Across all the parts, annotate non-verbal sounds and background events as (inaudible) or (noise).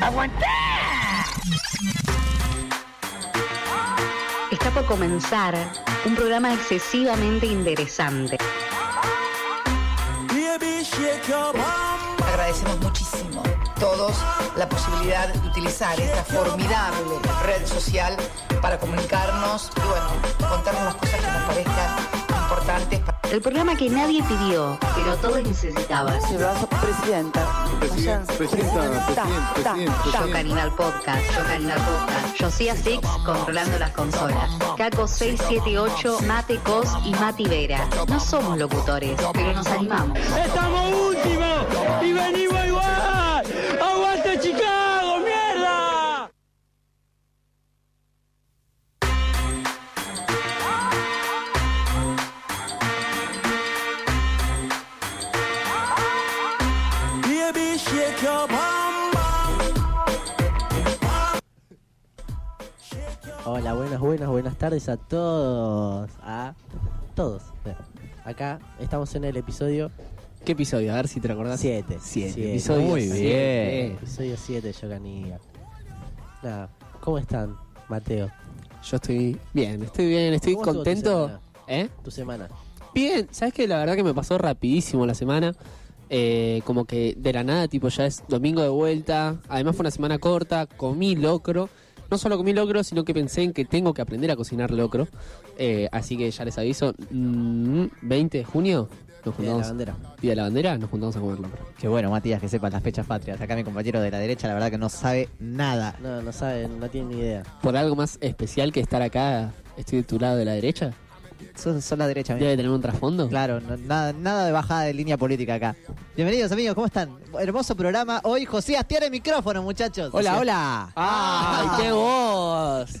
aguanté. Está por comenzar un programa excesivamente interesante. Agradecemos muchísimo todos la posibilidad de utilizar esta formidable red social para comunicarnos y bueno, contarnos las cosas que nos parezcan importantes. El programa que nadie pidió, pero todos necesitaban. Brazo, presidenta. Presidenta, presidenta, presidenta, Yo presidenta. Caninal Podcast, Yo Caninal Podcast, Josía Six controlando las consolas, Caco 678, Mate Cos y Mati Vera. No somos locutores, pero nos animamos. Estamos últimos y venimos igual. Aguante Chicago, mierda. Hola, buenas, buenas, buenas tardes a todos. A todos. Bueno, Acá estamos en el episodio ¿Qué episodio? A ver si te recordás. 7. Siete. Episodio Muy siete. bien. Episodio 7, Yocanía. Nada, ¿cómo están, Mateo? Yo estoy bien, estoy bien, estoy ¿Cómo estuvo tu contento. semana? ¿Eh? ¿Tu semana? Bien, ¿sabes qué? La verdad que me pasó rapidísimo la semana. Eh, como que de la nada, tipo, ya es domingo de vuelta. Además fue una semana corta, comí locro. No solo comí locro, sino que pensé en que tengo que aprender a cocinar locro. Eh, así que ya les aviso, mm, 20 de junio nos Día de la juntamos. bandera. Día de la bandera, nos juntamos a comer locro. Que bueno, Matías, que sepan las fechas patrias. Acá mi compañero de la derecha, la verdad que no sabe nada. No, no saben, no tienen ni idea. Por algo más especial que estar acá, estoy de tu lado de la derecha. Son, son la derecha, amigo. Debe tener un trasfondo. Claro, no- nada, nada de bajada de línea política acá. Bienvenidos, amigos, ¿cómo están? Hermoso programa. Hoy Josías tiene micrófono, muchachos. Hola, hola. ¡Ay, qué voz!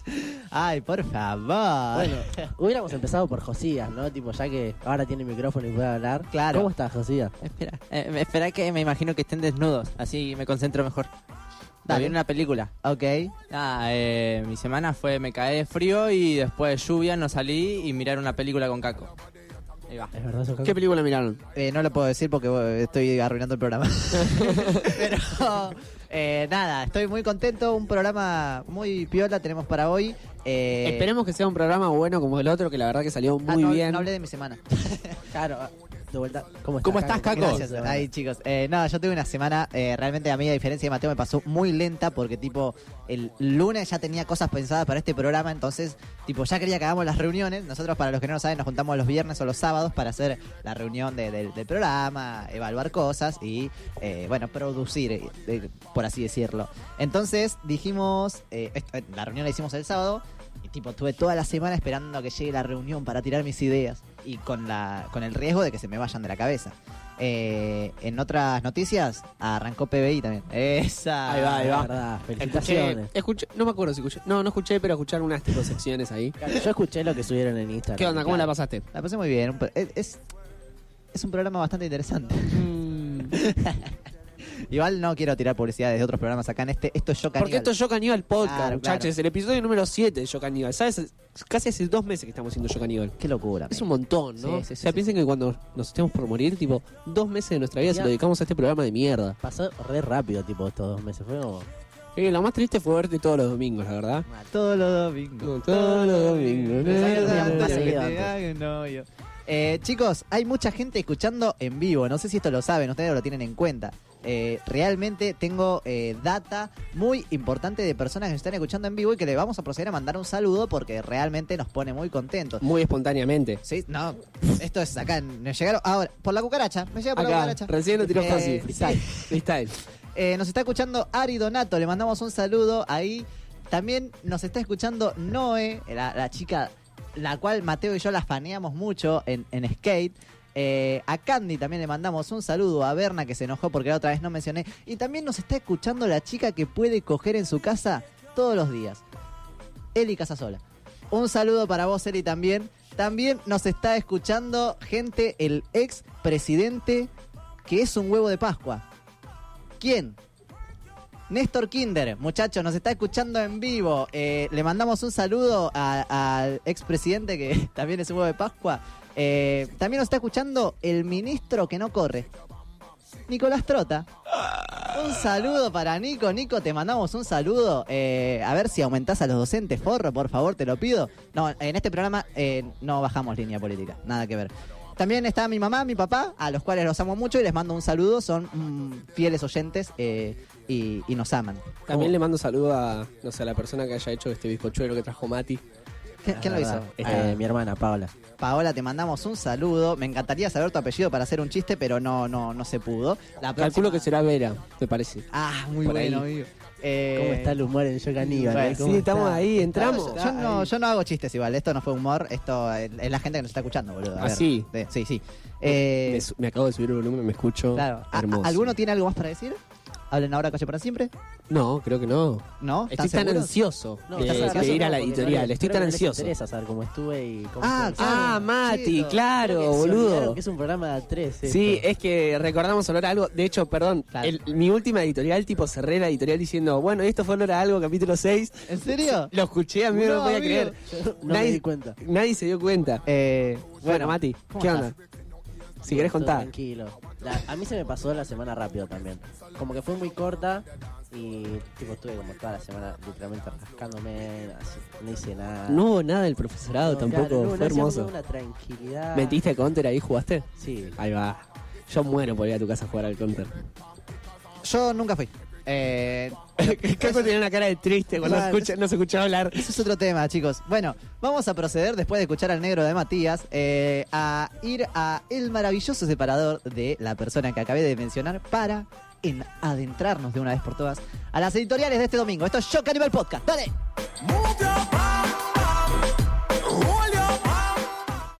Ay, por favor. Bueno, hubiéramos empezado por Josías, ¿no? Tipo, ya que ahora tiene micrófono y puede hablar. Claro. ¿Cómo estás, Josías? Espera, eh, me- espera que me imagino que estén desnudos, así me concentro mejor. Dale. Dale. una película. ok. Ah, eh, mi semana fue me caí de frío y después de lluvia no salí y mirar una película con Caco. Ahí va. ¿Es verdad, eso, ¿Qué película miraron? Eh, no lo puedo decir porque eh, estoy arruinando (laughs) el programa. (laughs) Pero eh, nada, estoy muy contento. Un programa muy piola tenemos para hoy. Eh, Esperemos que sea un programa bueno como el otro, que la verdad que salió Ah, muy no- bien. No hablé de mi semana. Claro, ah, de vuelta. ¿Cómo estás, ¿Cómo estás, Caco? Gracias, ahí chicos. Eh, no, yo tuve una semana, eh, realmente a mí, a diferencia de Mateo, me pasó muy lenta porque tipo, el lunes ya tenía cosas pensadas para este programa, entonces tipo, ya quería que hagamos las reuniones. Nosotros, para los que no lo saben, nos juntamos los viernes o los sábados para hacer la reunión de- del- del programa, evaluar cosas y, eh, bueno, producir, eh, eh, por así decirlo. Entonces dijimos, eh, esto- eh, la reunión la hicimos el sábado. Y tipo, tuve toda la semana esperando a que llegue la reunión para tirar mis ideas. Y con, la, con el riesgo de que se me vayan de la cabeza. Eh, en otras noticias, arrancó PBI también. (laughs) Esa. Ahí va, ahí va. Verdad, Escuché, felicitaciones. escuché- no me acuerdo si escuché, no, no escuché, pero escucharon unas tipo secciones ahí. Yo escuché lo que subieron en Instagram. ¿Qué onda? ¿Cómo la pasaste? La pasé muy bien. un pro- es- Es, es un programa bastante interesante. (laughs) Mm, Igual no quiero tirar publicidades de otros programas acá en este. Esto es yo Porque esto es Yo Caníbal Podcast, Claro, muchachos. claro. Es el episodio número 7 de Yo Caníbal. ¿Sabes? Es- Casi hace dos meses que estamos haciendo Yo Caníbal. Qué locura. Es un montón, ¿no? Sí, sí, sí, o sea, sí, piensen que cuando nos estemos por morir, tipo, dos meses de nuestra vida se Ya. lo dedicamos a este programa de mierda. Pasó re rápido, tipo, estos dos meses. Fue como... Y lo más triste fue verte todos los domingos, la verdad. Todos los domingos. Todos los domingos. Pensá que no Todos tenían los paso que domingos. te hagan novio. Eh, chicos, hay mucha gente escuchando en vivo. No sé si esto lo saben, ustedes lo tienen en cuenta. Eh, realmente tengo eh, data muy importante de personas que nos están escuchando en vivo y que le vamos a proceder a mandar un saludo porque realmente nos pone muy contentos. Muy espontáneamente. Sí, no, esto es acá. Me llegaron ahora por la cucaracha. Me llega por la Acá, cucaracha. recién lo tiró Eh, fácil. Freestyle. sí. Freestyle. Eh, nos está escuchando Ari Donato, le mandamos un saludo ahí. También nos está escuchando Noe, la, la chica la cual Mateo y yo la faneamos mucho en, en skate. Eh, a Candy también le mandamos un saludo, a Berna que se enojó porque la otra vez no mencioné. Y también nos está escuchando la chica que puede coger en su casa todos los días. Eli Casasola. Un saludo para vos, Eli, también. También nos está escuchando gente, el ex presidente que es un huevo de Pascua. ¿Quién? Néstor Kinder, muchachos, nos está escuchando en vivo. Eh, le mandamos un saludo a- al expresidente que (laughs) también es un huevo de Pascua. Eh, también nos está escuchando el ministro que no corre, Nicolás Trota. Un saludo para Nico. Nico, te mandamos un saludo. Eh, a ver si aumentás a los docentes, forro, por favor, te lo pido. No, en este programa eh, no bajamos línea política, nada que ver. También está mi mamá, mi papá, a los cuales los amo mucho y les mando un saludo. Son mm, fieles oyentes eh, y, y nos aman. También le mando saludo a, no sé, a la persona que haya hecho este bizcochuelo que trajo Mati. ¿Qui- ¿Quién lo hizo? Este, Ah. Mi hermana, Paola. Paola, te mandamos un saludo. Me encantaría saber tu apellido para hacer un chiste, pero no, no, no se pudo. La Calculo próxima- que será Vera, te parece. Ah, muy por bueno, ahí. amigo. Eh, ¿Cómo está el humor en Yo Caníbal? eh? bueno, ¿Cómo sí, estamos está? ahí, entramos. Yo no, yo no hago chistes igual, esto no fue humor, esto es es la gente que nos está escuchando, boludo. a Ah, ver. sí. Eh, Sí, sí. Eh, me, su- me acabo de subir el volumen, me escucho claro. ¿A- hermoso. a- ¿Alguno tiene algo más para decir? Hablen ahora, calle para siempre. No, creo que no. ¿No? Estoy tan seguros? ansioso No, de, ¿estás de ansioso? ir a Eh, la No, porque no editorial. le- Estoy creo tan que no les ansioso. interesa saber cómo estuve y cómo Ah, estuvo. Ah, Mati, Chido. Creo que claro, se olvidaron boludo. que es un programa de tres. Sí, esto. es que recordamos hablar algo. De hecho, perdón, Claro. el- mi última editorial, tipo, cerré la editorial diciendo, bueno, esto fue olor a algo, capítulo 6. ¿En serio? Lo escuché, a mí no, No, lo podía amigo. creer. No me di cuenta. Nadie se dio cuenta. Eh, bueno, Mati, ¿cómo ¿qué estás? onda? Si querés Todo contar. Tranquilo. La- a mí se me pasó la semana rápido también. Como que fue muy corta y tipo estuve como toda la semana literalmente rascándome, así, no hice nada. No hubo nada del profesorado No, tampoco, claro, no, fue no, hacía hermoso. una tranquilidad. ¿Metiste a Counter ahí, jugaste? Sí. Ahí va. Yo muero por ir a tu casa a jugar al (laughs) Counter. Yo nunca fui. (laughs) Eh, Caco tenía una cara de triste cuando Mal. escucha- no se escuchaba hablar. Eso es otro tema, chicos. Bueno, vamos a proceder, después de escuchar al negro de Matías, eh, a ir a el maravilloso separador de la persona que acabé de mencionar para en- adentrarnos de una vez por todas a las editoriales de este domingo. Esto es Yo Cannibal Podcast. ¡Dale! Move your body